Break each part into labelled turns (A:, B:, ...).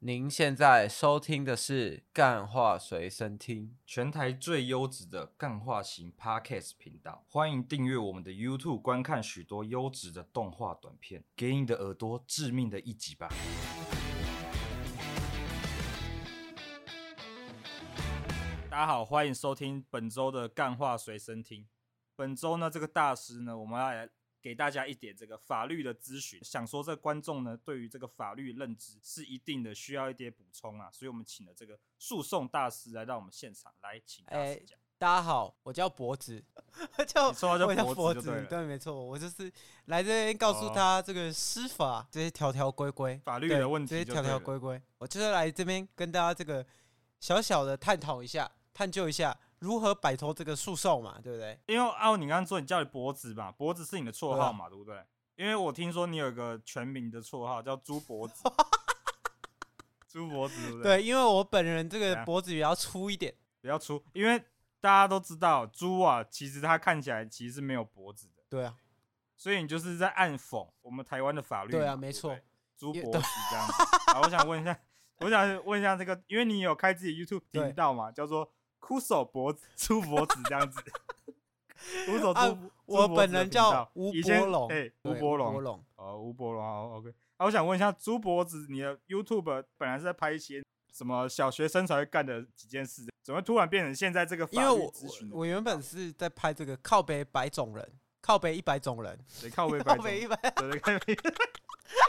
A: 您现在收听的是《干话随身听
B: 全台最优质的干化型 Podcast 频道，欢迎订阅我们的 YouTube，观看许多优质的动画短片，给你的耳朵致命的一击吧！》。大家好，欢迎收听本周的干话随身听。本周呢，这个大师呢，我们要来给大家一点这个法律的咨询。想说这观众呢，对于这个法律认知是一定的，需要一点补充啊，所以我们请了这个诉讼大师来到我们现场，来请大
C: 哎
B: 师讲。
C: 大家好，我叫脖子， 叫
B: 你说他叫
C: 我叫
B: 脖
C: 脖
B: 子就对了哦
C: 对，没错，我就是来这边告诉他这个司法这些条条规规，
B: 法律的
C: 对
B: 问题
C: 这些
B: 就
C: 条
B: 对
C: 条
B: 了
C: 规规，我就是来这边跟大家这个小小的探讨一下，探究一下如何摆脱这个诉讼嘛，对不对？
B: 因为阿文，你刚刚说你叫你脖子嘛，脖子是你的绰
C: 对啊
B: 号嘛，对不对？因为我听说你有一个全名的绰号叫猪 脖子，猪脖子对不对？
C: 对，因为我本人这
B: 对啊
C: 个脖子比较粗一点，
B: 比较粗，因为大家都知道猪啊，其实它看起来其实是没有脖子的，
C: 对啊，
B: 所以你就是在暗讽我们台湾的法律嘛。
C: 对啊
B: 不
C: 没错，
B: 猪
C: 也
B: 脖
C: 对
B: 子这样子。好，我想问一下，我想问一下这个，因为你有开自己 YouTube
C: 对
B: 频道嘛，叫做“哭手脖子猪脖子”这样子。哭手猪、
C: 啊
B: 猪
C: 我
B: 脖
C: 本
B: 子的
C: 人
B: 频
C: 叫
B: 道
C: 吴
B: 以前
C: 波龙
B: 对，吴
C: 对
B: 波
C: 吴波
B: 龙，
C: 龙，
B: 哦，吴伯龙好，OK。啊，我想问一下，猪脖子，你的 YouTube 本来是在拍一些什么小学生才会干的几件事，怎么突然变成现在这个法
C: 因为
B: 律
C: 我
B: 咨询的？
C: 我原本是在拍这个靠北百种人，靠北一百种人，
B: 谁 靠背
C: 靠
B: 白
C: 北一
B: 种？
C: 百。
B: 对对对，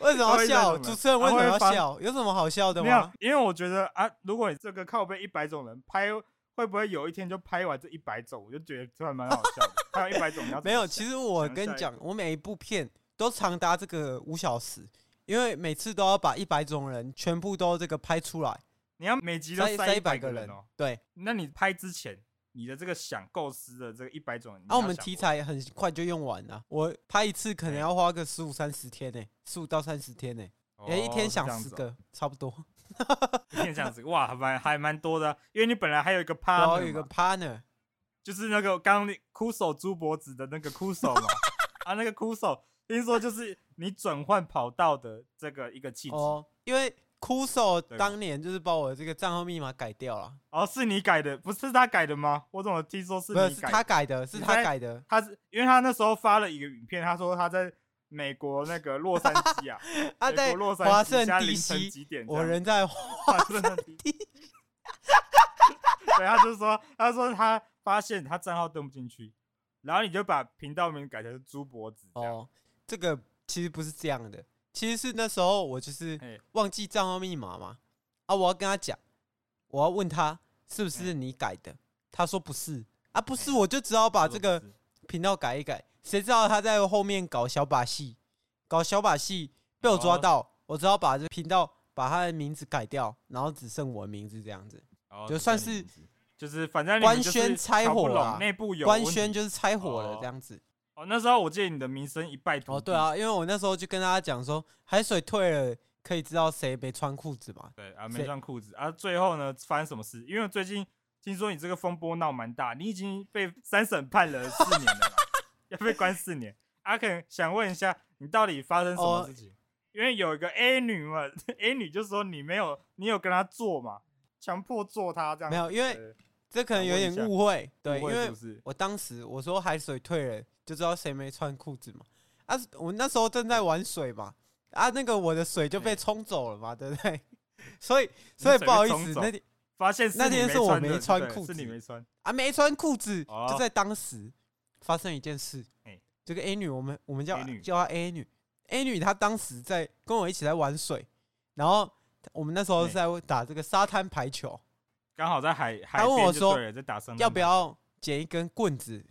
C: 为什么要笑？主持人为什么要
B: 他会
C: 笑？有什么好笑的
B: 没有
C: 吗？，
B: 因为我觉得啊，如果你这个靠背一百种人拍，会不会有一天就拍完这一百种？我就觉得突然蛮好笑的。拍有一百种，你要怎
C: 没
B: 么
C: 有，
B: 想
C: 其实我跟你
B: 想
C: 讲，我每一部片都长达这个五小时，因为每次都要把一百种人全部都这个拍出来，
B: 你要每集都
C: 塞
B: 一
C: 一
B: 百
C: 百个人
B: 人哦。。
C: 对，
B: 那你拍之前，你的这个想构思的这个一百种人，你
C: 啊那我
B: 要
C: 们
B: 想
C: 题
B: 过
C: 材很快就用完了，我拍一次可能
B: 哎
C: 要花个十五三十天呢，十五到三十天呢，哎，一
B: 哦
C: 天
B: 是这
C: 想
B: 样
C: 十
B: 子哦
C: 个，差不多。
B: 一天这样子，哇，蛮还蛮多的啊、因为你本来还有一个
C: 然后
B: partner，
C: 啊有一个
B: 嘛
C: partner，
B: 就是那个刚刚那哭手猪脖子的那个哭手嘛， 啊，那个哭手，听说就是你转换跑道的这个一个契机，哦，
C: 哦，因为哭手
B: 对
C: 当年就是把我这个账号密码改掉了，
B: 哦是你改的，不是他改的吗？我怎么听说是
C: 不是
B: 你
C: 是
B: 改
C: 他
B: 的？
C: 改的，是
B: 你
C: 他
B: 在
C: 改的。
B: 他是因为他那时候发了一个影片，他说他在美国那个洛杉矶啊，
C: 他
B: 美
C: 在
B: 国洛杉矶
C: 华盛
B: 现在凌晨
C: DC
B: 几点这样？
C: 我人在
B: 华盛顿 对，他就说，他说他发现他账号登不进去，然后你就把频道名改成猪脖子这样。
C: 哦，这个其实不是这样的，其实是那时候我就是
B: 哎
C: 忘记账号密码嘛，啊，我要跟他讲，我要问他是不是你改的，他说不是，啊，不是，
B: 哎
C: 我就只好把
B: 猪
C: 这
B: 脖
C: 个
B: 子
C: 频道改一改，谁知道他在后面搞小把戏，搞小把戏被我抓
B: 哦
C: 到，我只好把这频道把他的名字改掉，然后只剩我的名字这样子，
B: 哦
C: 就
B: 只
C: 算
B: 剩你
C: 是
B: 名字就是反正你
C: 官
B: 们就是
C: 宣拆
B: 瞧不
C: 伙
B: 拢
C: 啦
B: 内部有
C: 官
B: 问
C: 宣
B: 题
C: 就是拆伙了
B: 哦
C: 这样子。
B: 哦，那时候我记得你的名声一败
C: 哦，
B: 涂地。
C: 对，啊，因为我那时候就跟大家讲说，海水退了可以知道谁没穿裤子嘛。
B: 对啊，没
C: 谁
B: 穿裤子啊。最后呢，发生什么事？因为最近听说你这个风波闹蛮大，你已经被三审判了四年了嘛，要被关四年。阿肯想问一下，你到底发生什么
C: 哦
B: 事情？因为有一个 A 女嘛，A 女就说你没有，你有跟她做嘛，强迫做她这样。
C: 没有因为
B: 啊对
C: 这可能
B: 想
C: 有
B: 问一
C: 点
B: 下
C: 误会，对，
B: 误会
C: 因
B: 是
C: 为
B: 不是
C: 我当时我说海水退了就知道谁没穿裤子嘛。啊，我那时候正在玩水嘛，啊，那个我的水就被
B: 哎
C: 冲走了嘛，对不对？ 所以，所以
B: 水
C: 不好
B: 被
C: 意
B: 冲
C: 思，
B: 走
C: 那天
B: 发现是
C: 那
B: 你
C: 天
B: 没
C: 是我
B: 穿
C: 没
B: 的对不
C: 穿
B: 对
C: 裤
B: 是你
C: 子
B: 没穿。
C: 啊没穿裤子，
B: 哦
C: 就在当时发生一件事
B: 哎。
C: 这个 A 女，我们我们叫
B: A 女
C: 叫她 A 女，A 女她当时在跟我一起在玩水，然后我们那时候
B: 哎
C: 是在打这个沙滩排球，
B: 刚好在海海
C: 问
B: 边
C: 我
B: 就
C: 说
B: 对了在打上
C: 要不要捡一根棍子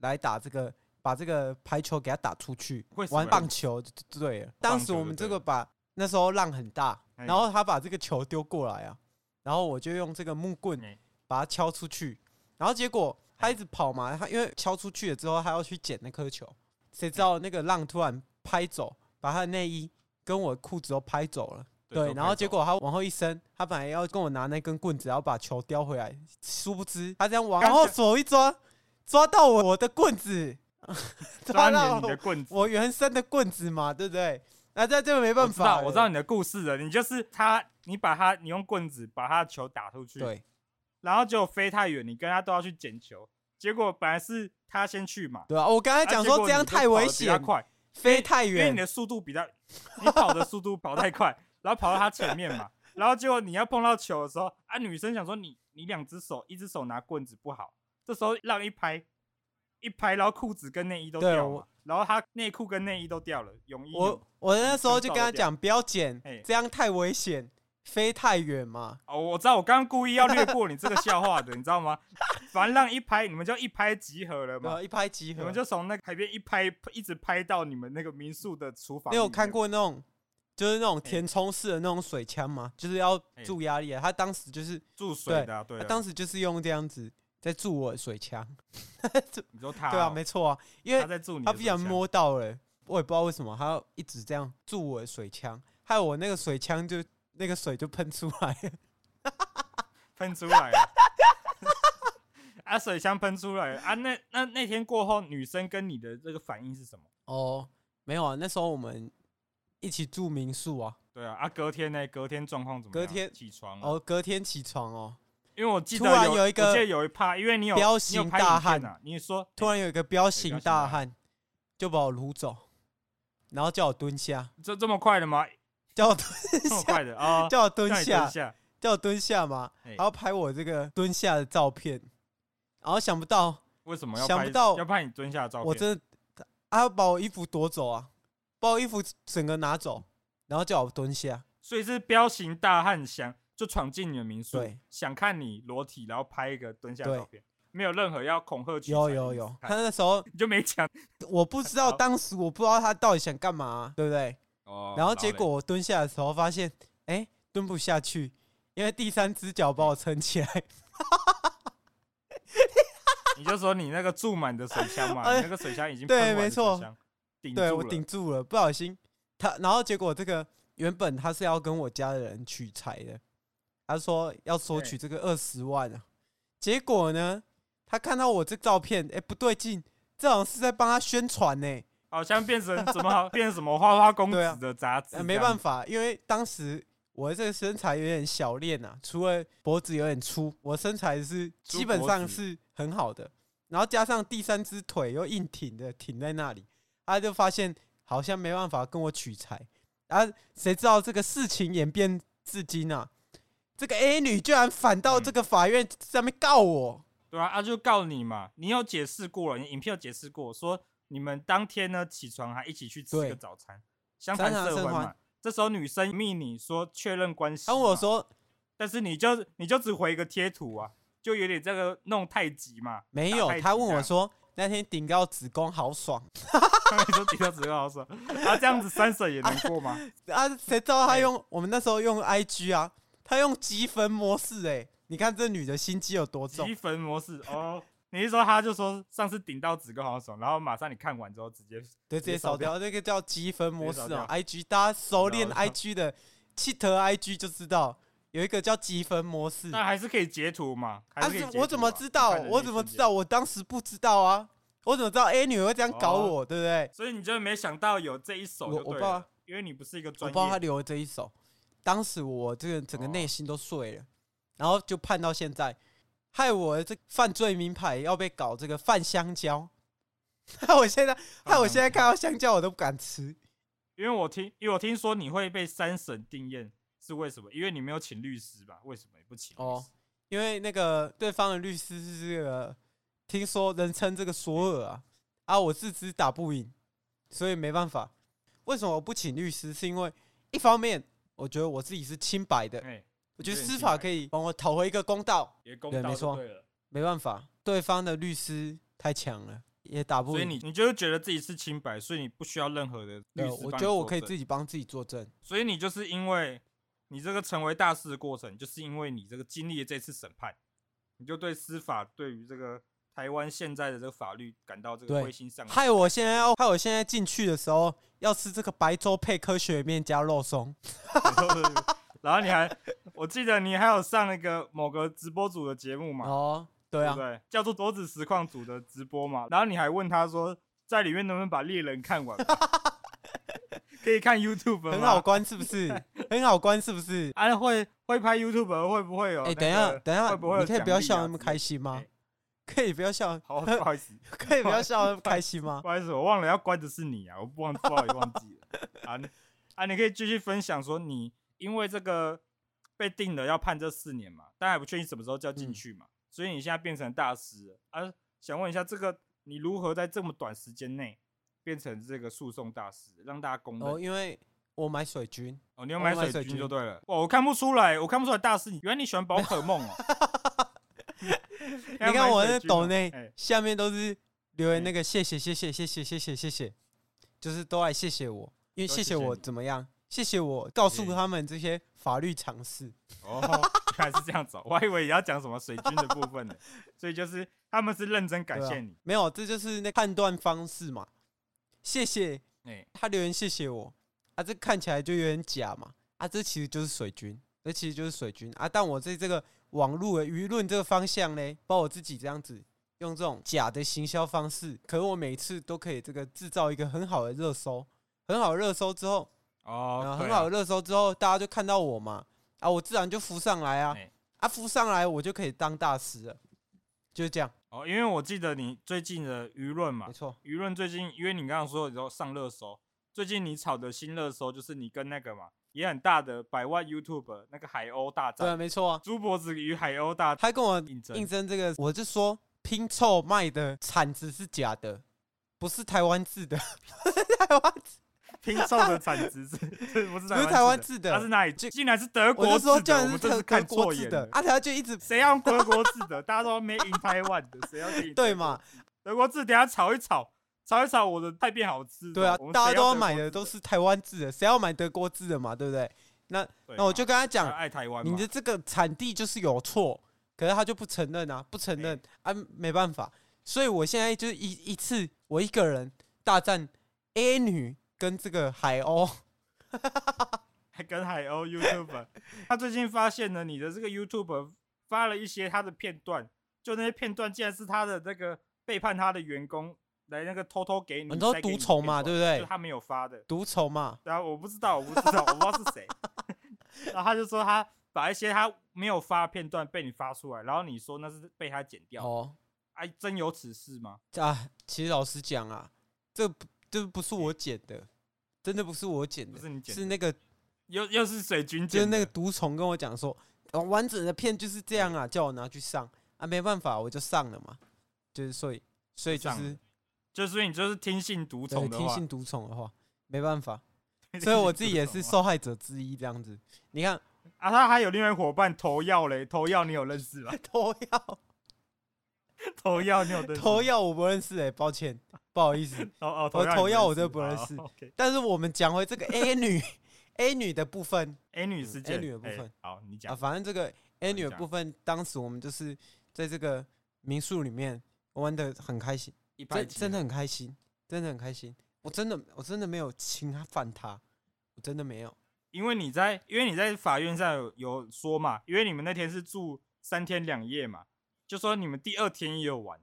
C: 来打这个，把这个排球给它打出去
B: 为，什么
C: 玩棒球就就对了。当时我们这个把那时候浪很大，
B: 哎
C: 然后他把这个球丢过来啊，然后我就用这个木棍
B: 哎
C: 把它敲出去，然后结果他一直跑嘛，他因为敲出去了之后，他要去捡那颗球，谁知道那个浪突然拍走，把他的内衣跟我的裤子都拍走了。对，然后结果他往后一伸，他本来要跟我拿那根棍子，然后把球叼回来，殊不知他这样往
B: 干
C: 后
B: 这
C: 手一抓，抓到我的棍子，
B: 抓
C: 到
B: 你你的
C: 我
B: 棍子，
C: 我原生的棍子嘛，对不对？那这这个没
B: 我
C: 办
B: 知道，
C: 法，欸
B: 我知道你的故事了。你就是他，你把他，你用棍子把他的球打出去，，
C: 对
B: 然后结果飞太远，你跟他都要去捡球，结果本来是他先去嘛，
C: 对啊，我刚才
B: 啊
C: 讲
B: 结
C: 说
B: 果
C: 这样
B: 你就
C: 太
B: 跑
C: 危
B: 得比他
C: 险，
B: 快，
C: 飞太
B: 因为
C: 远
B: 你，的速度比较，你跑的速度跑太快， 然后跑到他前面嘛，然后结果你要碰到球的时候，啊，女生想说你你两只手，一只手拿棍子不好，这时候浪一拍，一拍，然后裤子跟内衣都
C: 对
B: 掉嘛
C: 我，
B: 然后他内裤跟内衣都掉了，泳衣有
C: 我我那时候就跟他讲不要捡
B: 哎，
C: 这样太危险，飞太远嘛。
B: 哦，我知道，我刚刚故意要略过你这个笑话的，你知道吗？ 反浪一拍，你们就一拍即合了
C: 对
B: 嘛
C: 啊，，一拍即
B: 你
C: 合
B: 们。就从那个海边一拍，一直拍到你们那个民宿的厨房。
C: 你有看？过那种，就是那种填充式的那种水枪吗？就是要
B: 哎
C: 注压力的。他当时就是，
B: 注水的、啊，对
C: 他
B: 啊，
C: 当时就是用这样子在注我的水枪。
B: 你说他、
C: 对啊，没错啊，因
B: 他
C: 为
B: 在注你
C: 他
B: 的手
C: 不小心
B: 枪，
C: 摸到了、我也不知道为什么，他要一直这样注我的水枪，害我那个水枪就那个水就喷出来 了。
B: 喷出来了。 啊，水枪喷出来了啊！那那那天过后，女生跟你的这个反应是什么？
C: 哦，没有啊，那时候我们一起住民宿啊，
B: 对啊，啊，隔天呢？隔天状况怎么
C: 隔
B: 样？
C: 天
B: 起床了，
C: 哦，隔天起床哦，
B: 因为我记
C: 突
B: 得
C: 然
B: 有
C: 有一个
B: 我记得有一趴，因为你有
C: 彪
B: 你有
C: 形
B: 拍
C: 大
B: 影片
C: 汉
B: 啊，你说
C: 突然有一个彪形大汉就把我掳走，然后叫我蹲 下，
B: 这这么快的吗？
C: 叫我蹲！
B: 这么快的啊
C: 叫我
B: 叫
C: 蹲
B: 你蹲
C: 下，
B: 下，
C: 叫我蹲下嘛，
B: 哎
C: 然后拍我这个蹲下的照片，然后想不到
B: 为什么要
C: 想
B: 拍
C: 不到
B: 要拍你蹲下的照片？
C: 我真的，他要把我衣服夺走啊，把我衣服整个拿走，然后叫我蹲下，
B: 所以是彪形大汉想就闯进你的民宿
C: 对，
B: 想看你裸体，然后拍一个蹲下的
C: 对
B: 照片，没有任何要恐吓取
C: 有
B: 材的
C: 有
B: 意思
C: 有，
B: 看
C: 他那时候
B: 你就没讲
C: 我不知道，当时我不知道他到底想干嘛啊、对不对？
B: 哦
C: 然后结果我蹲下的时候发现，哎、蹲不下去，因为第三只脚把我撑起来。
B: 你就说你那个注满的水箱嘛，
C: 哎
B: 你那个水箱已经
C: 对
B: 喷满了
C: 没错
B: 水箱，顶
C: 对
B: 住
C: 我
B: 了
C: 顶住了，不小心他，然后结果这个原本他是要跟我家的人取材的，他说要索取这个二十万啊，结果呢，他看到我这照片，哎、不对劲，这好像是在帮他宣传呢、
B: 好像变成怎么好变成什么花花公
C: 对啊
B: 子的杂志这
C: 呃
B: 样，
C: 没办法，因为当时。我这个身材有点小练啊，除了脖子有点粗，我身材是
B: 粗
C: 基本
B: 脖
C: 上
B: 子
C: 是很好的，然后加上第三只腿又硬挺的挺在那里，他就发现好像没办法跟我取材，啊，谁知道这个事情演变至今啊，这个 A 女居然反到
B: 嗯
C: 这个法院上面告我，
B: 对啊，啊就告你嘛，你有解释过了，你影片有解释过，说你们当天呢起床还一起去吃
C: 对
B: 个早餐，相谈
C: 相谈
B: 甚
C: 甚
B: 欢嘛
C: 欢。
B: 这时候女生密你说确认关系，
C: 他问我，说
B: 但是你就你就只回一个贴图啊，就有点这个弄太极嘛。
C: 没
B: 打
C: 有
B: 太，极
C: 他问
B: 这
C: 我
B: 样
C: 说那天顶到子宫好爽，
B: 你说顶到只好说，啊这样子三审也能 过吗？
C: 啊，谁知道他
B: 哎
C: 用我们那时候用 IG 啊，他用积分模式哎、你看这女的心机有多重
B: 积，分模式哦。你是说他就说上次顶到子宫好爽，然后马上你看完之后直接
C: 对，直
B: 直接
C: 接
B: 扫
C: 扫掉这个叫积分模式
B: 直接
C: 哦
B: 扫掉。
C: IG 大家熟练
B: 知道
C: IG 的 cheat IG 就知道有一个叫积分模式。
B: 那还是可以截图嘛？还是可以
C: 啊是
B: 截
C: 我
B: 图
C: 怎么
B: 嘛
C: 知道？
B: 看着
C: 我
B: 内
C: 怎么
B: 心啊
C: 知
B: 截
C: 道？我当时不知道啊，我怎么知道 A 女会这样搞
B: 哦
C: 我，对不对？
B: 所以你就没想到有这一手
C: 我
B: 就
C: 我不
B: 对
C: 知道
B: 了
C: 啊，
B: 因为你不是一个
C: 我
B: 专
C: 不知道他
B: 业。
C: 留了这一手，当时我这个整个
B: 哦
C: 内心都碎了，然后就判到现在，害我这犯罪名牌要被搞这个犯香蕉， 害我现在害我现在看到香蕉我都不敢吃，
B: 因为我听，因为我听说你会被三审定验，是为什么？因为你没有请律师吧？为什么你不请？
C: 哦，因为那个对方的律师是这个，听说人称这个索尔啊，啊，我自知打不赢，所以没办法。为什么我不请律师？是因为一方面，我觉得我自己是清白的，
B: 哎，
C: 我觉得
B: 有点
C: 司
B: 清
C: 法
B: 白
C: 可以帮我讨回一个公道。
B: 也公
C: 对
B: 道
C: 没
B: 就
C: 错
B: 对了。
C: 没办法，对方的律师太强了，也打不
B: 所以
C: 赢。
B: 你你就是觉得自己是清白，所以你不需要任何的律
C: 对
B: 师。
C: 我觉得我可以
B: 己，
C: 自己帮自己作证。
B: 所以你就是因为你这个成为大师的过程，就是因为你这个经历了这次审判，你就对司法对于这个台湾现在的这个法律感到这个
C: 对
B: 灰心丧气。
C: 害我现在要害我现在进去的时候要吃这个白粥配科学面加肉松，
B: 然后你还，我记得你还有上那个某个直播组的节目嘛，
C: 哦，对
B: 对
C: 啊
B: 不，对？叫做多子实况组的 直播嘛。然后你还问他说，在里面能不能把猎人看完嘛？可以看 YouTube，吗
C: 很好。关是不 是？很好关是不是？
B: 啊，会会拍 YouTube 会不哦会有那
C: 哎、
B: 个？
C: 等一下，等一下，
B: 会不会有
C: 你可以
B: 奖
C: 不要
B: 励
C: 笑
B: 啊
C: 那么
B: 之
C: 开
B: 类
C: 心吗
B: 哎？
C: 可以不要笑，
B: 好，不好意思，
C: 可以不要笑那么开心 吗
B: 不？好意思，我忘了要关的是你啊，我不忘不好意思忘记了啊你啊！你可以继续分享说你因为这个被定了要判这四年嘛，但还不确定什么时候就要进
C: 嗯
B: 去嘛，所以你现在变成大师了啊！想问一下，这个你如何在这么短时间内变成这个诉讼大师，让大家公认？
C: 哦，因为我买水军，
B: 哦，你有
C: 我
B: 买
C: 买
B: 水
C: 水
B: 军就
C: 军
B: 对了。哇，我看不出来，我看不出来大师，你原来你喜欢宝可梦哦。你
C: 你看我那抖内
B: 哎，
C: 下面都是留言
B: 哎
C: 那个谢谢谢谢谢谢谢谢谢谢，就是都来谢谢我，因为
B: 都
C: 谢
B: 谢
C: 谢
B: 谢
C: 我
B: 你
C: 怎么样？谢谢我告诉
B: 哎
C: 他们这些法律常识。
B: 哦，原来是这样子、哦，我还以为也要讲什么水军的部 分呢，所以就是他们是认真感
C: 对啊
B: 谢你，
C: 没有，这就是那判断方式嘛。谢谢
B: 哎、
C: 他留言谢谢我啊，这看起来就有点假嘛啊，这其实就是水军，这其实就是水军啊。但我在这个网络的舆论这个方向呢，把我自己这样子用这种假的行销方式，可是我每次都可以这个制造一个很好的热搜，很好的热搜之后，
B: 哦，
C: 然后嗯
B: 对
C: 很
B: 啊
C: 好的热搜之后，大家就看到我嘛啊，我自然就浮上来啊
B: 哎
C: 啊，浮上来我就可以当大师了，就是这样，
B: 哦，因为我记得你最近的舆论嘛
C: 没，错。
B: 舆论最近，因为你刚刚说你都上热搜，最近你炒的新热搜就是你跟那个嘛也很大的百万 YouTube 那个海鸥大
C: 对啊，
B: 战，
C: 没错啊，
B: 猪脖子与海鸥大
C: 他跟我
B: 应征，
C: 应征这个，我就说拼凑卖的产值是假的，不是台湾制 的，不是台湾制，
B: 拼凑的产值是 是不是
C: 不是台湾
B: 制
C: 制
B: 的？它
C: 的
B: 是。哪里？
C: 就
B: 竟然是德
C: 我就
B: 国制的，
C: 说，
B: 我
C: 然
B: 们
C: 是
B: 真
C: 德
B: 是看
C: 德
B: 错
C: 国
B: 眼
C: 制
B: 了
C: 的。啊，他就一直
B: 谁要用德国制的？大家都没 in 台湾的，谁要听？
C: 对嘛？
B: 德国制，等一下炒一炒，炒一炒，我的菜变好吃。
C: 对啊
B: 我，们
C: 大
B: 谁
C: 家都
B: 要德
C: 买
B: 国
C: 的
B: 制
C: 都是台湾制的，谁要买德国制的嘛，对不对？
B: 对啊
C: 那我就跟
B: 嘛
C: 他
B: 大家
C: 讲，
B: 爱台湾嘛，
C: 你的这个产地就是有错，可是他就不承认啊，不承认啊，没办法。所以我现在就是一一次我一个人大战 A 女跟这个海鸥，
B: 还跟海鸥 YouTube，他 最近发现呢，你的这个 YouTube 发了一些他的片段，就那些片段竟然是他的那个背叛他的员工来那个偷偷给你，
C: 你说
B: 塞给
C: 毒
B: 的
C: 虫
B: 片
C: 嘛
B: 段
C: 对不对
B: 就他没有发的，
C: 毒虫嘛，
B: 然啊后我不知道，我不知道，我不知道是谁。 然后他就说他把一些他没有发的片段被你发出来，然后你说那是被他剪掉，
C: 哦，
B: 哎、真有此事吗？
C: 啊，其实老实讲啊，这不这不是我剪的，真的不是我剪
B: 不
C: 的，
B: 是你剪的，
C: 是那个
B: 又又是水军
C: 就是
B: 剪
C: 那
B: 的
C: 个毒虫跟我讲说、哦，完整的片就是这样啊，叫我拿去上啊，没办法，我就上了嘛，就是所以所以
B: 就
C: 就
B: 上了
C: 是
B: 就是你就是听信毒
C: 对
B: 虫的
C: 听
B: 话，
C: 信毒虫的 话，没办法，所以我自己也是
B: 受
C: 受害者之一这样子。你 看，
B: 啊，他还有另外一伙伴投药嘞，投药你有认识吗？
C: 偷药
B: 投药你有认识吗？
C: 偷药我不认识哎、抱歉，不好意 思，
B: 哦哦，
C: 我投药我
B: 都
C: 真的不认识
B: 哦 OK，
C: 但是我们讲回这个 A 女 A 女的部分，
B: A 女事件
C: 嗯 A 女的部
B: 哎
C: 分
B: 好，你
C: 啊，
B: 讲。
C: 反正这个 A
B: 你
C: 女的
B: 讲
C: 部分，当时我们就是在这个民宿里面玩的很开心，
B: 一拍
C: 真
B: 即
C: 真的
B: 合
C: 很开心，真的很开心。我真的我真的没有侵犯她，我真的没有。
B: 因为你在，因为你在法院上有有说嘛，因为你们那天是住三天两夜嘛，就说你们第二天也有玩，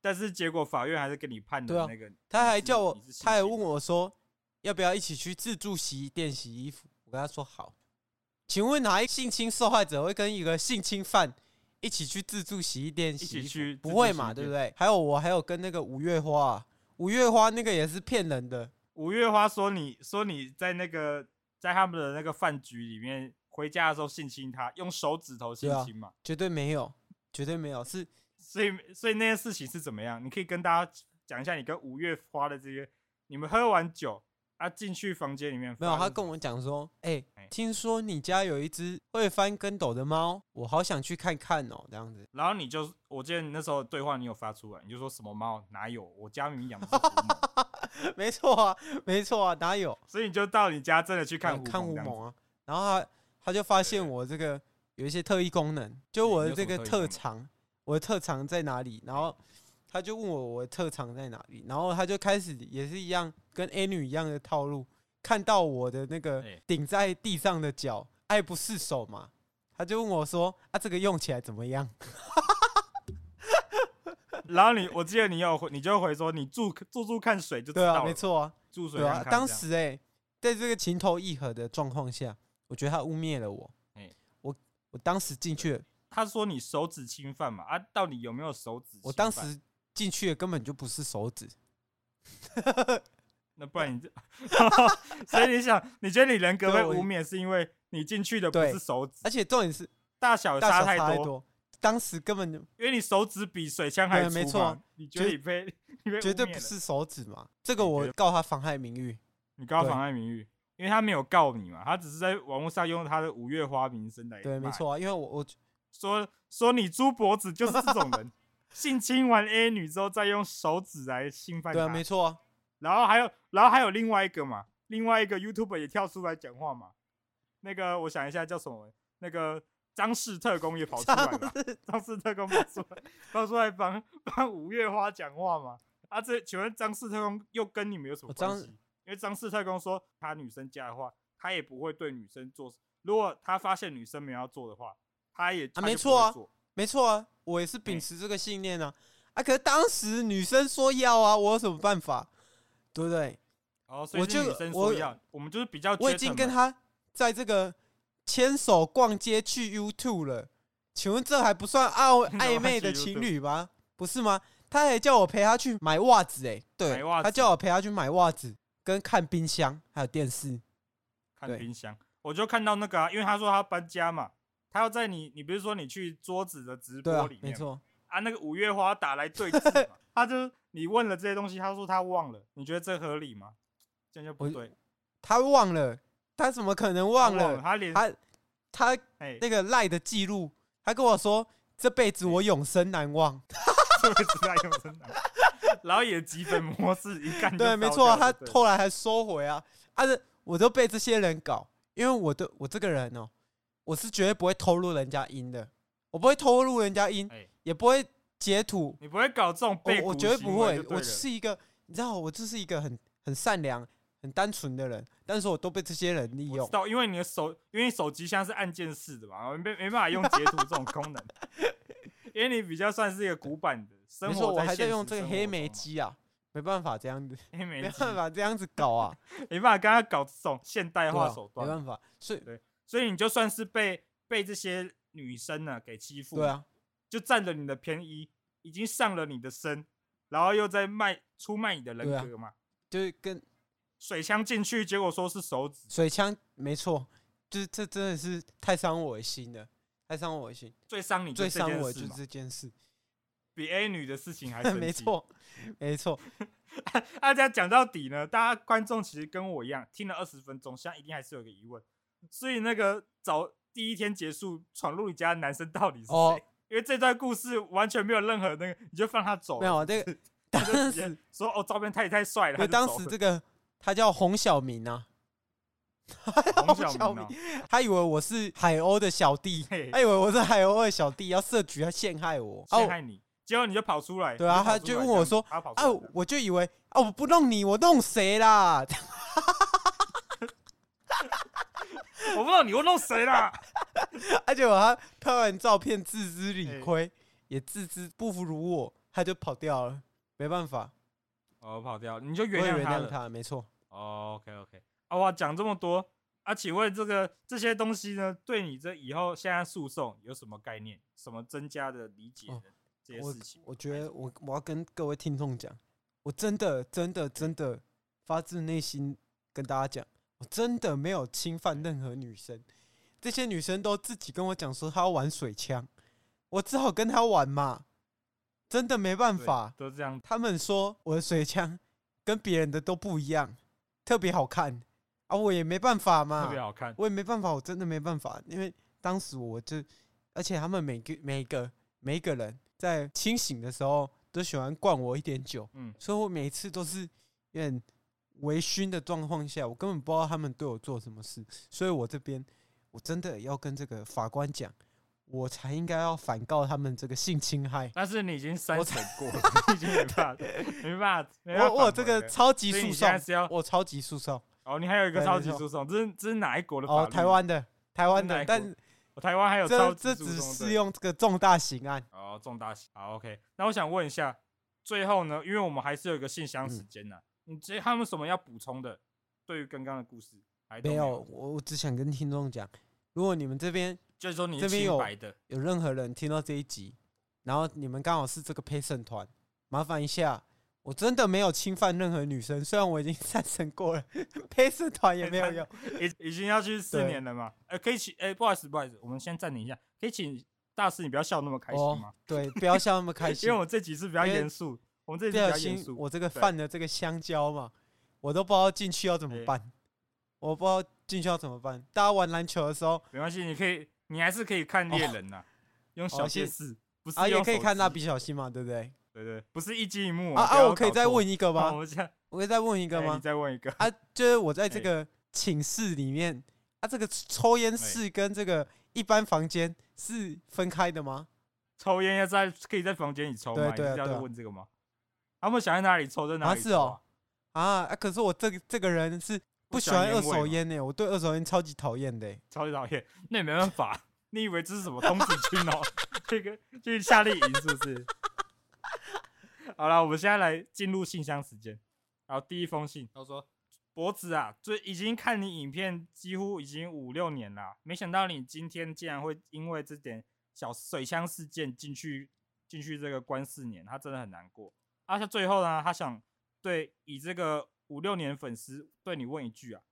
B: 但是结果法院还是给你判
C: 对
B: 的
C: 啊
B: 那个，
C: 她还
B: 你是
C: 叫我
B: 你是，
C: 她还
B: 新
C: 问
B: 进
C: 我说要不要一起去自助洗衣店洗衣服，我跟她说好。请问哪一性侵受害者会跟一个性侵犯一起去自助洗衣店洗
B: 起
C: 衣
B: 去
C: 服？不
B: 自助
C: 会
B: 洗衣
C: 嘛，对不
B: 店
C: 对？还有我还有跟那个五月花、啊，五月花那个也是骗人的。
B: 五月花说你说你在那个在他们的那个饭局里面回家的时候性侵他，用手指头性
C: 对啊
B: 侵嘛，
C: 绝对没有，绝对没有，是
B: 所以所以那件事情是怎么样？你可以跟大家讲一下你跟五月花的这些，你们喝完酒啊进去房间里面
C: 没有。
B: 发
C: 他
B: 生
C: 跟
B: 什么
C: 我讲说，哎、
B: 哎
C: 听说你家有一只会翻跟斗的猫，我好想去看看哦，这样子。
B: 然后你就我记得你那时候的对话你有发出来，你就说什么猫哪有，我家明明养 的是狐獴，
C: 没错啊，没错啊，哪有
B: 所以你就到你家真的去看狐
C: 看看
B: 獴
C: 狐
B: 这样子
C: 獴啊？然后他他就发
B: 对
C: 现
B: 对
C: 我这个有一些特异功能，就
B: 对
C: 我
B: 你
C: 的
B: 有
C: 这
B: 什么
C: 个
B: 特
C: 特
B: 异功能
C: 长，我的特长在哪里？然后他就问我我的特长在哪里，然后他就开始也是一样跟 A 女一样的套路，看到我的那个
B: 哎
C: 顶在地上的脚，爱不释手嘛，他就问我说啊这个用起来怎么样？
B: 然后你我记得你有回，你就回说你住住住看水就知
C: 对
B: 道
C: 啊，
B: 了
C: 没错啊，
B: 住水
C: 对
B: 看
C: 啊，
B: 看
C: 当
B: 这样
C: 时哎、在这个情投意合的状况下，我觉得他污蔑了我
B: 哎。
C: 我我当时进去了，
B: 他说你手指侵犯嘛，啊，到底有没有手指侵犯？
C: 我当时进去的根本就不是手指，
B: 那不然你这， 所以你想，你觉得你人格被
C: 对我
B: 污蔑，是因为你进去的不
C: 对
B: 是手指，
C: 而且重点是
B: 大小
C: 大
B: 差
C: 小
B: 太
C: 差太
B: 多，
C: 多，当时根本就
B: 因为你手指比水枪还
C: 对
B: 粗
C: 没错
B: 嘛，你觉得
C: 绝
B: 你被你被污
C: 绝对
B: 蔑
C: 不
B: 了，
C: 是手指嘛。这个
B: 你觉
C: 我
B: 得
C: 告他妨害名誉，
B: 你告
C: 对
B: 妨碍名誉，因为他没有告你嘛，他只是在网络上用他的五月花名声来
C: 对，没
B: 骂你，
C: 错啊，因为我我
B: 说说你猪脖子就是这种 人，性侵完 A 女之后再用手指来侵犯
C: 对啊，
B: 她
C: 没，错啊，
B: 然后还有然后还有另外一个嘛，另外一个 YouTube 也跳出来讲话嘛，那个我想一下叫什么，那个张氏特工也跑出来了，张氏特工跑出来跑出来帮帮五月花讲话嘛，啊这请问张氏特工又跟你们有什么
C: 哦张
B: 关系？因为张氏特工说他女生家的话，他也不会对女生做，如果他发现女生没有要做的话，他也他就
C: 没
B: 不
C: 错
B: 会
C: 啊
B: 做
C: 没错啊，我也是秉持这个信念啊。啊，可是当时女生说要啊，我有什么办法？对不对？
B: 哦，所以
C: 我
B: 是
C: 就
B: 女生
C: 我
B: 说要，我们就是比较
C: 我已经
B: gentleman
C: 跟他在这个牵手逛街去 U Two 了，请问这还不 算暧
B: 怎么
C: 暧昧
B: 还去
C: 的
B: U2
C: 情侣吗？不是吗？他还叫我陪他去买袜子、欸，哎，对
B: 买袜，子
C: 他叫我陪他去买袜子，跟看冰箱，还有电视。
B: 看
C: 对
B: 冰箱，我就看到那个、啊，因为他说他搬家嘛，他要在你，你不是说你去桌子的直
C: 对
B: 播
C: 啊
B: 里，
C: 没
B: 面嘛
C: 错，
B: 啊那个五月花打 来对峙嘛，他就是你问了这些东西，他说他忘了，你觉得这合理吗？这样就不
C: 我
B: 对，
C: 他忘了，他怎么可能忘
B: 他
C: 了？
B: 他连
C: 他他
B: 哎，
C: 那个赖的记录，他跟我说这辈子我永生难忘。
B: 这个时代用真的，然后也基本模式一看就
C: 对，没
B: 烧
C: 错啊，他
B: 掉就对了
C: 后来还收回啊，啊，这我都被这些人搞，因为我的我这个人哦、我是绝对不会偷录人家音的，我不会偷录人家音，
B: 哎
C: 也不会截图，
B: 你不会搞这种背
C: 我我
B: 骨
C: 绝对
B: 行
C: 不
B: 为
C: 会
B: 就，对
C: 我
B: 了
C: 是一个，你知道，我就是一个很很善良、很单纯的人，但是我都被这些人利
B: 我
C: 用
B: 知。道，因为你的手，因为你手机像是按键式的嘛，没没办法用截图这种功能， 因为你比较算是一个古板的生
C: 没错，
B: 活
C: 我
B: 在现实生活中嘛。
C: 还在用这个黑莓机啊，没办法这样子，
B: 黑莓
C: 没
B: 机，
C: 办法这样子搞 啊，
B: 没办法跟他搞这种现代
C: 对
B: 化
C: 啊
B: 手，
C: 没
B: 段，
C: 办法，所以
B: 所以你就算是被被这些女生呢、给欺负，
C: 对啊，
B: 就占了你的便宜，已经上了你的身，然后又在卖出卖你的
C: 对
B: 人
C: 啊
B: 格嘛。
C: 就是跟
B: 水枪进去，结果说是手指，
C: 水枪，没错，就是这真的是太伤我的心了，太伤我的心，
B: 最伤你就
C: 最
B: 这
C: 伤
B: 件
C: 我的
B: 事
C: 就是
B: 嘛，
C: 这件事，
B: 比 A 女的事情还生气。
C: 没错，没错，
B: 大家啊讲到底呢，大家观众其实跟我一样，听了二十分钟，现在一定还是有个疑问。所以那个早第一天结束闯入你家的男生到底是谁？
C: 哦
B: 因为这段故事完全没有任何那个，你就放他走
C: 没
B: 了，
C: 有啊这 个当
B: 就
C: 时
B: 直接，说哦，照片太太帅了。
C: 因为
B: 他就
C: 当
B: 走
C: 时
B: 了
C: 这个他叫洪小明啊，
B: 洪
C: 洪
B: 小
C: 小
B: 明、
C: 明
B: 哦，
C: 他以为我是海鸥的小弟，
B: 嘿
C: 他以为我是海鸥的小弟，要设局要陷害我，
B: 陷
C: 哦
B: 害你，结果你就跑出来。
C: 对啊
B: 你跑
C: 他
B: 出
C: 就
B: 来
C: 问
B: 这样
C: 我说
B: 他跑出来
C: 啊
B: 这样，
C: 我就以为啊我不弄你，我弄谁啦？
B: 我不知道你会弄 谁啦。
C: 而且我他拍完照片自知理
B: 哎
C: 亏，也自知不如我，他就跑掉了，没办法，
B: 哦，跑掉，你就
C: 我
B: 原
C: 也
B: 谅
C: 原
B: 他
C: 谅
B: 了。
C: 他，没错。
B: 哦，OK OK，啊哇，讲这么多啊，请问这个这些东西呢，对你这以后现在诉讼有什么概念？什么增加的理解的、
C: 哦
B: 这些
C: 我
B: 事情？
C: 我觉得我我要跟各位听众讲，我真的真的真的发自内心跟大家讲，我真的没有侵犯任何女生，这些女生都自己跟我讲说她要玩水枪，我只好跟她玩嘛，真的没办
B: 对
C: 法。
B: 都这样，
C: 他们说我的水枪跟别人的都不一样，特别好看啊，我也没办法嘛，
B: 特别好看。
C: 我也没办法，我真的没办法，因为当时我就，而且他们每个每一个每一个人在清醒的时候都喜欢灌我一点酒，
B: 嗯，
C: 所以我每次都是有点微醺的状况下，我根本不知道他们对我做什么事，所以我这边我真的要跟这个法官讲，我才应该要反告他们这个性侵害。
B: 但是你已经三
C: 我
B: 审过了，你已经没办法，没办法，没办法
C: 我我有
B: 哎反
C: 这
B: 驳
C: 个
B: 了
C: 超级
B: 所以
C: 诉
B: 你现在
C: 讼，
B: 是要
C: 我超级诉讼
B: 哦，你还有一个
C: 对
B: 超
C: 没
B: 级
C: 错
B: 诉讼，这是这是哪一国的法
C: 哦，
B: 律？
C: 台湾的台湾
B: 哪
C: 的，
B: 一国
C: 但
B: 哦，台湾还有超
C: 这
B: 级
C: 这
B: 诉
C: 只
B: 讼对
C: 适用这个重大刑案。
B: 哦，重大刑。好，OK。那我想问一下，
C: 嗯
B: 最后呢，因为我们还是有一个信箱时间呢、你这他们有什么要补充的？对于刚刚的故事，还都
C: 没有
B: 有，，
C: 我我只想跟听众讲，如果你们这边
B: 就是说你
C: 这
B: 是
C: 边
B: 清
C: 有
B: 白的，
C: 有任何人听到这一集，然后你们刚好是这个陪审团，麻烦一下，我真的没有侵犯任何女生，虽然我已经三审过了， 陪审团也没有 用。
B: 已已经要去四
C: 对
B: 年了嘛。哎、可以请哎、不好意思，不好意思，我们先暂停一下，可以请大师你不要笑那么开心吗？
C: 哦，对，不要笑那么开
B: 因
C: 心
B: 为我，们这集是比较
C: 因为
B: 严肃，我们这集
C: 不
B: 是比
C: 小
B: 较严
C: 心
B: 肃。
C: 我这个
B: 对
C: 犯了这个香蕉嘛，我都不知道进去要怎么
B: 对
C: 办，我不知道进去要怎么办。大家玩篮球的时候，
B: 没关系，你可以，你还是可以看猎人呐、用小电视，不是
C: 哦啊，也
B: 用
C: 可以
B: 手
C: 看
B: 机
C: 蜡，笔小新嘛，对不对？
B: 对对，不是一机一幕
C: 啊
B: 不要
C: 啊，我可以
B: 搞
C: 再
B: 错哦
C: 问一个
B: 好
C: 吗？
B: 我现在
C: 我可以再问一个
B: 哎
C: 吗
B: 你？再问一个，
C: 啊，就是我在这
B: 哎
C: 个寝室里面，啊，这个抽烟室跟这个一般房间是分开的吗？
B: 抽烟要在可以在房间里抽
C: 对
B: 吗？你
C: 对啊
B: 是要
C: 对啊
B: 问这个吗？啊他们想在哪里抽，在哪
C: 啊
B: 里
C: 是
B: 抽
C: 哦啊，啊可是我这个这个人是不喜
B: 喜欢
C: 欢二
B: 烟味
C: 手
B: 吗
C: 烟呢、我对二手烟超级讨厌的欸、
B: 超级讨厌。那也没办法，你以为这是什么童子军哦？这个就是夏令营是不是？好了，我们现在来进入信箱时间。然后第一封信，他说：“脖子啊，最已经看你影片几乎已经五六年啦，没想到你今天竟然会因为这点小水枪事件进去进去这个关四年，他真的很难过。而且最后呢，他想对以这个五六年粉丝对你问一句啊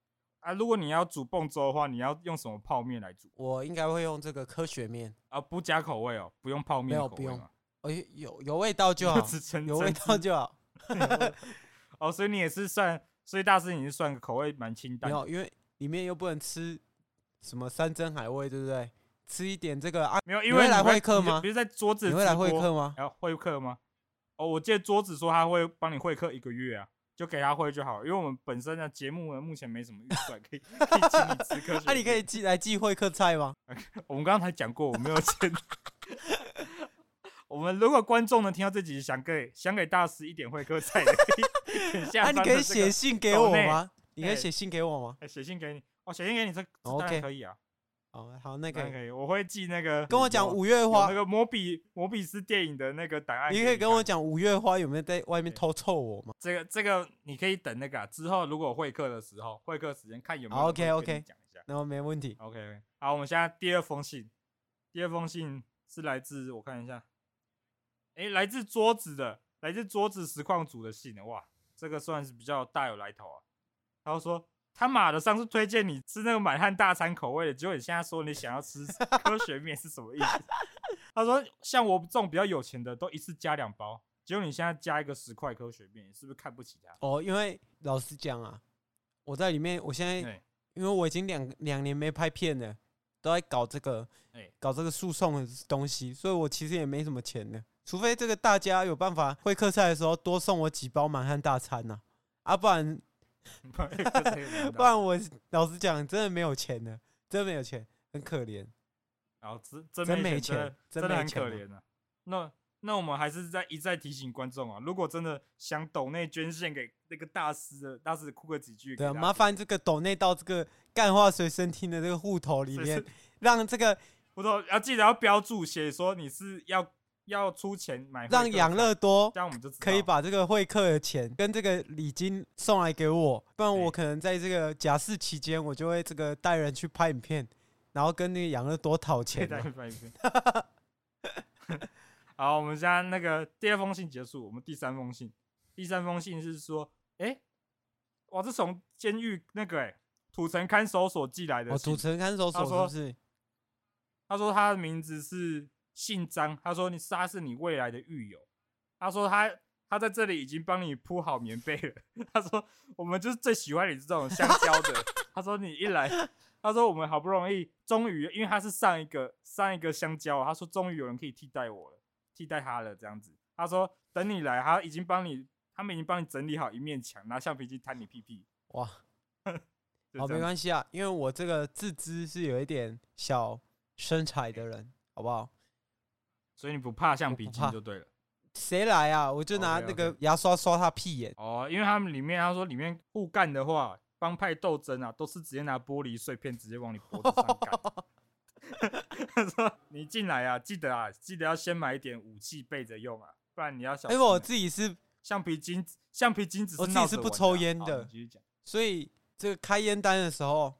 B: 啊，如果你要煮蹦粥的话，你要用什么泡面来煮
C: 我应该会用这个科学面，
B: 啊？不加口味哦，不用泡
C: 没
B: 面
C: 有
B: 口
C: 不
B: 味
C: 用
B: 吗
C: 哦，有有有味道就好，
B: 只称
C: 有味
B: 真
C: 道
B: 汁
C: 就好。
B: 哦，所以你也是算，所以大师你是算口味蛮清
C: 没
B: 淡的，
C: 有，因为里面又不能吃什么山珍海味，对不对？吃一点这个啊，
B: 没有，
C: 你
B: 因
C: 会
B: 为
C: 来
B: 你
C: 会客
B: 你就
C: 吗
B: 比如在桌子
C: 你会来会客
B: 吗？
C: 吗？
B: 然后会客吗？哦，我记得桌子说他会帮你会客一个月啊，就给他会就好了，因为我们本身的节目呢目前没什么预算，可以 可以请你吃科 学。
C: 啊，你可以，寄来寄会客菜吗？
B: 我们刚才讲过，我没有钱。 我们如果观众呢听到这集，想给想给大师一点会客菜，也可以 点下
C: 啊，
B: 方
C: 你
B: 的
C: 可以
B: 这
C: 写
B: 个
C: 信给
B: 抖
C: 我
B: 内
C: 吗？你可以
B: 哎
C: 写信给我吗？
B: 哎写信给你哦，写信给你这这当
C: OK
B: 然可以啊，
C: 哦，好，那
B: 当
C: 个
B: 然可以，我会寄那个
C: 跟我讲
B: 有
C: 五月
B: 有
C: 花
B: 那，个摩比摩比斯电影的那个档案给
C: 你
B: 看，
C: 可以跟我讲五月花有没有在外面
B: 对
C: 偷凑我吗？
B: 这个这个你可以等那个、啊、之后，如果会客的时候，会客时间看有没有
C: 好
B: 人会
C: OK，OK
B: 跟你讲一下。
C: 那么没问题。
B: OK OK，好，我们现在第二封信，第二封信是来自我看一下，诶，来自桌子的，来自桌子实况组的信的，哇，这个算是比较大有来头啊。然后说他妈的，上次推荐你吃那个满汉大餐口味的，结果你现在说你想要吃科学面是什么意思？ 他说像我这种比较有钱的，都一次加两包，结果你现在加一个十块科学面，你是不是看不起他？
C: 哦，因为老实讲啊，我在里面，我现在
B: 对，
C: 因为我已经两两年没拍片了，都在搞这个
B: 哎，
C: 搞这个诉讼的东西，所以我其实也没什么钱的，除非这个大家有办法会客菜的时候多送我几包满汉大餐呐、啊，不然
B: 不然就是有难
C: 不
B: 道
C: 然我老实讲，真的没有钱的，真的没有钱，很可怜。
B: 然后真真
C: 真没
B: 没
C: 钱
B: 真
C: 真
B: 的真的
C: 没
B: 很
C: 钱
B: 可
C: 啊
B: 怜啊。那那我们还是在一再提醒观众啊，如果真的想抖内捐献给那个大师的，大师哭个几句给
C: 对
B: 他
C: 啊，
B: 听，
C: 麻烦这个抖内到这个干化随身听的这个户头里
B: 是
C: 面
B: 是，
C: 让这 个
B: 不错，要记得要标注写说你是要要出钱买回
C: 让
B: 购
C: 养
B: 菜，
C: 乐多
B: 这样我们就知
C: 可以
B: 道
C: 把这个会客的钱跟这个礼金送来给我，不然
B: 哎
C: 我可能在这个假释期间，我就会这个带人去拍影片，然后跟那个养乐多讨
B: 可以
C: 钱
B: 再
C: 啊。
B: 翻一遍。 好，我们现在那个第二封信结束，我们第三封信，第三封信是说，哎、哇，这从监狱那个哎、土城看守所寄来的
C: 哦，
B: 信
C: 土城看守
B: 他说
C: 所是不是？
B: 他说他的名字是姓张，他说你是他是你未来的狱友，他说他他在这里已经帮你铺好棉被了， 他说我们就是最喜欢你这种香蕉的，他说你一来，他说我们好不容易终于，因为他是上一个上一个香蕉，啊他说终于有人可以替代我了，替代他了这样子，他说等你来，他已经帮你，他们已经帮你整理好一面墙，拿橡皮筋弹你屁屁，
C: 哇，
B: 就
C: 好，没
B: 这样
C: 关系啊，因为我这个自知是有一点小身材的人，好不
B: 嗯
C: 好？
B: 所以你不怕橡
C: 我
B: 皮
C: 不
B: 筋
C: 怕
B: 就对了。
C: 谁来啊？我就拿
B: OK，OK
C: 那个牙刷刷他屁眼。
B: 哦，因为他们里面他说里面互干的话，帮派斗争啊，都是直接拿玻璃碎片直接往你脖子上干。 他说你进来啊，记得啊，记得要先买一点武器备着用啊，不然你要小
C: 因为
B: 心、
C: 哎我自己是，
B: 橡皮筋，橡皮筋只是
C: 我自己
B: 闹
C: 是
B: 着
C: 不
B: 玩
C: 抽
B: 啊
C: 烟
B: 好
C: 的
B: 你继续讲。
C: 所以这个开烟单的时候，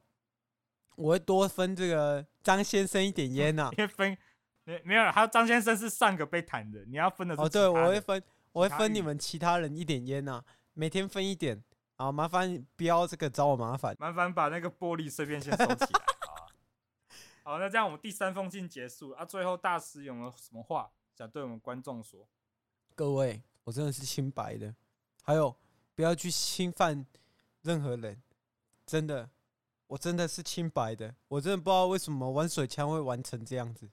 C: 我会多分这个张先生一点烟呐、
B: 因为分没没有，他张先生是上个被弹的，你要分的是
C: 哦，
B: 其
C: 对，
B: 他
C: 我会
B: 的
C: 分，我会
B: 他
C: 分你
B: 人
C: 们其他人一点烟呐、每天分一点。啊，麻烦不要这个找我麻烦。
B: 麻烦把那个玻璃碎片先收起来。好啊 好，那这样我们第三封信结束啊。最后大师有没有什么话想对我们观众说？
C: 各位，我真的是清白的。还有，不要去侵犯任何人，真的，我真的是清白的。我真的不知道为什么玩水枪会玩成这样子。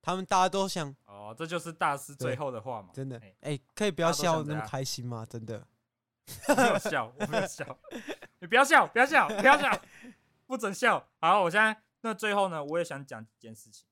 C: 他们大家都想，
B: 哦，这就是大师最
C: 对
B: 后的话嘛。
C: 真的，
B: 哎
C: 哎、可以不要
B: 大家都想
C: 笑那
B: 怎
C: 么
B: 样
C: 开心吗？真的，
B: 我没有笑，我没有笑， 你不要笑，不要笑，不要笑， 不准笑。好，我现在那最后呢，我也想讲几件事情，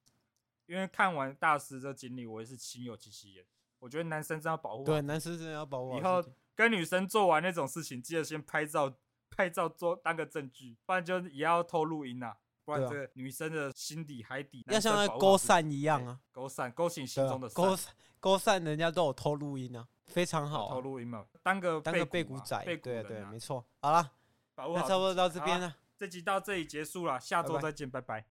B: 因为看完大师这经历，我也是心有戚戚焉。我觉得男生真的要保护好
C: 对，男生真的要保护好
B: 以后
C: 自己
B: 跟女生做完那种事情，记得先拍照，拍照做当个证据，不然就也要偷录音啊，不然
C: 对啊
B: 这个女生的心底海底
C: 要像那
B: 勾
C: 勾散一样啊，，
B: 勾散勾醒心
C: 对啊
B: 中的，
C: 勾
B: 散
C: 散勾散，人家都有偷录音啊，非常好啊、
B: 偷录音嘛，当个
C: 当个
B: 背
C: 背
B: 骨
C: 骨
B: 嘛
C: 仔，
B: 背骨
C: 对
B: 人
C: 对，
B: 啊
C: 没错。好了，
B: 保护
C: 那
B: 好
C: 差不
B: 自
C: 多到
B: 己
C: 这
B: 好啊
C: 边了，
B: 这集到这里结束了，下
C: 拜
B: 周
C: 拜
B: 再见，拜拜。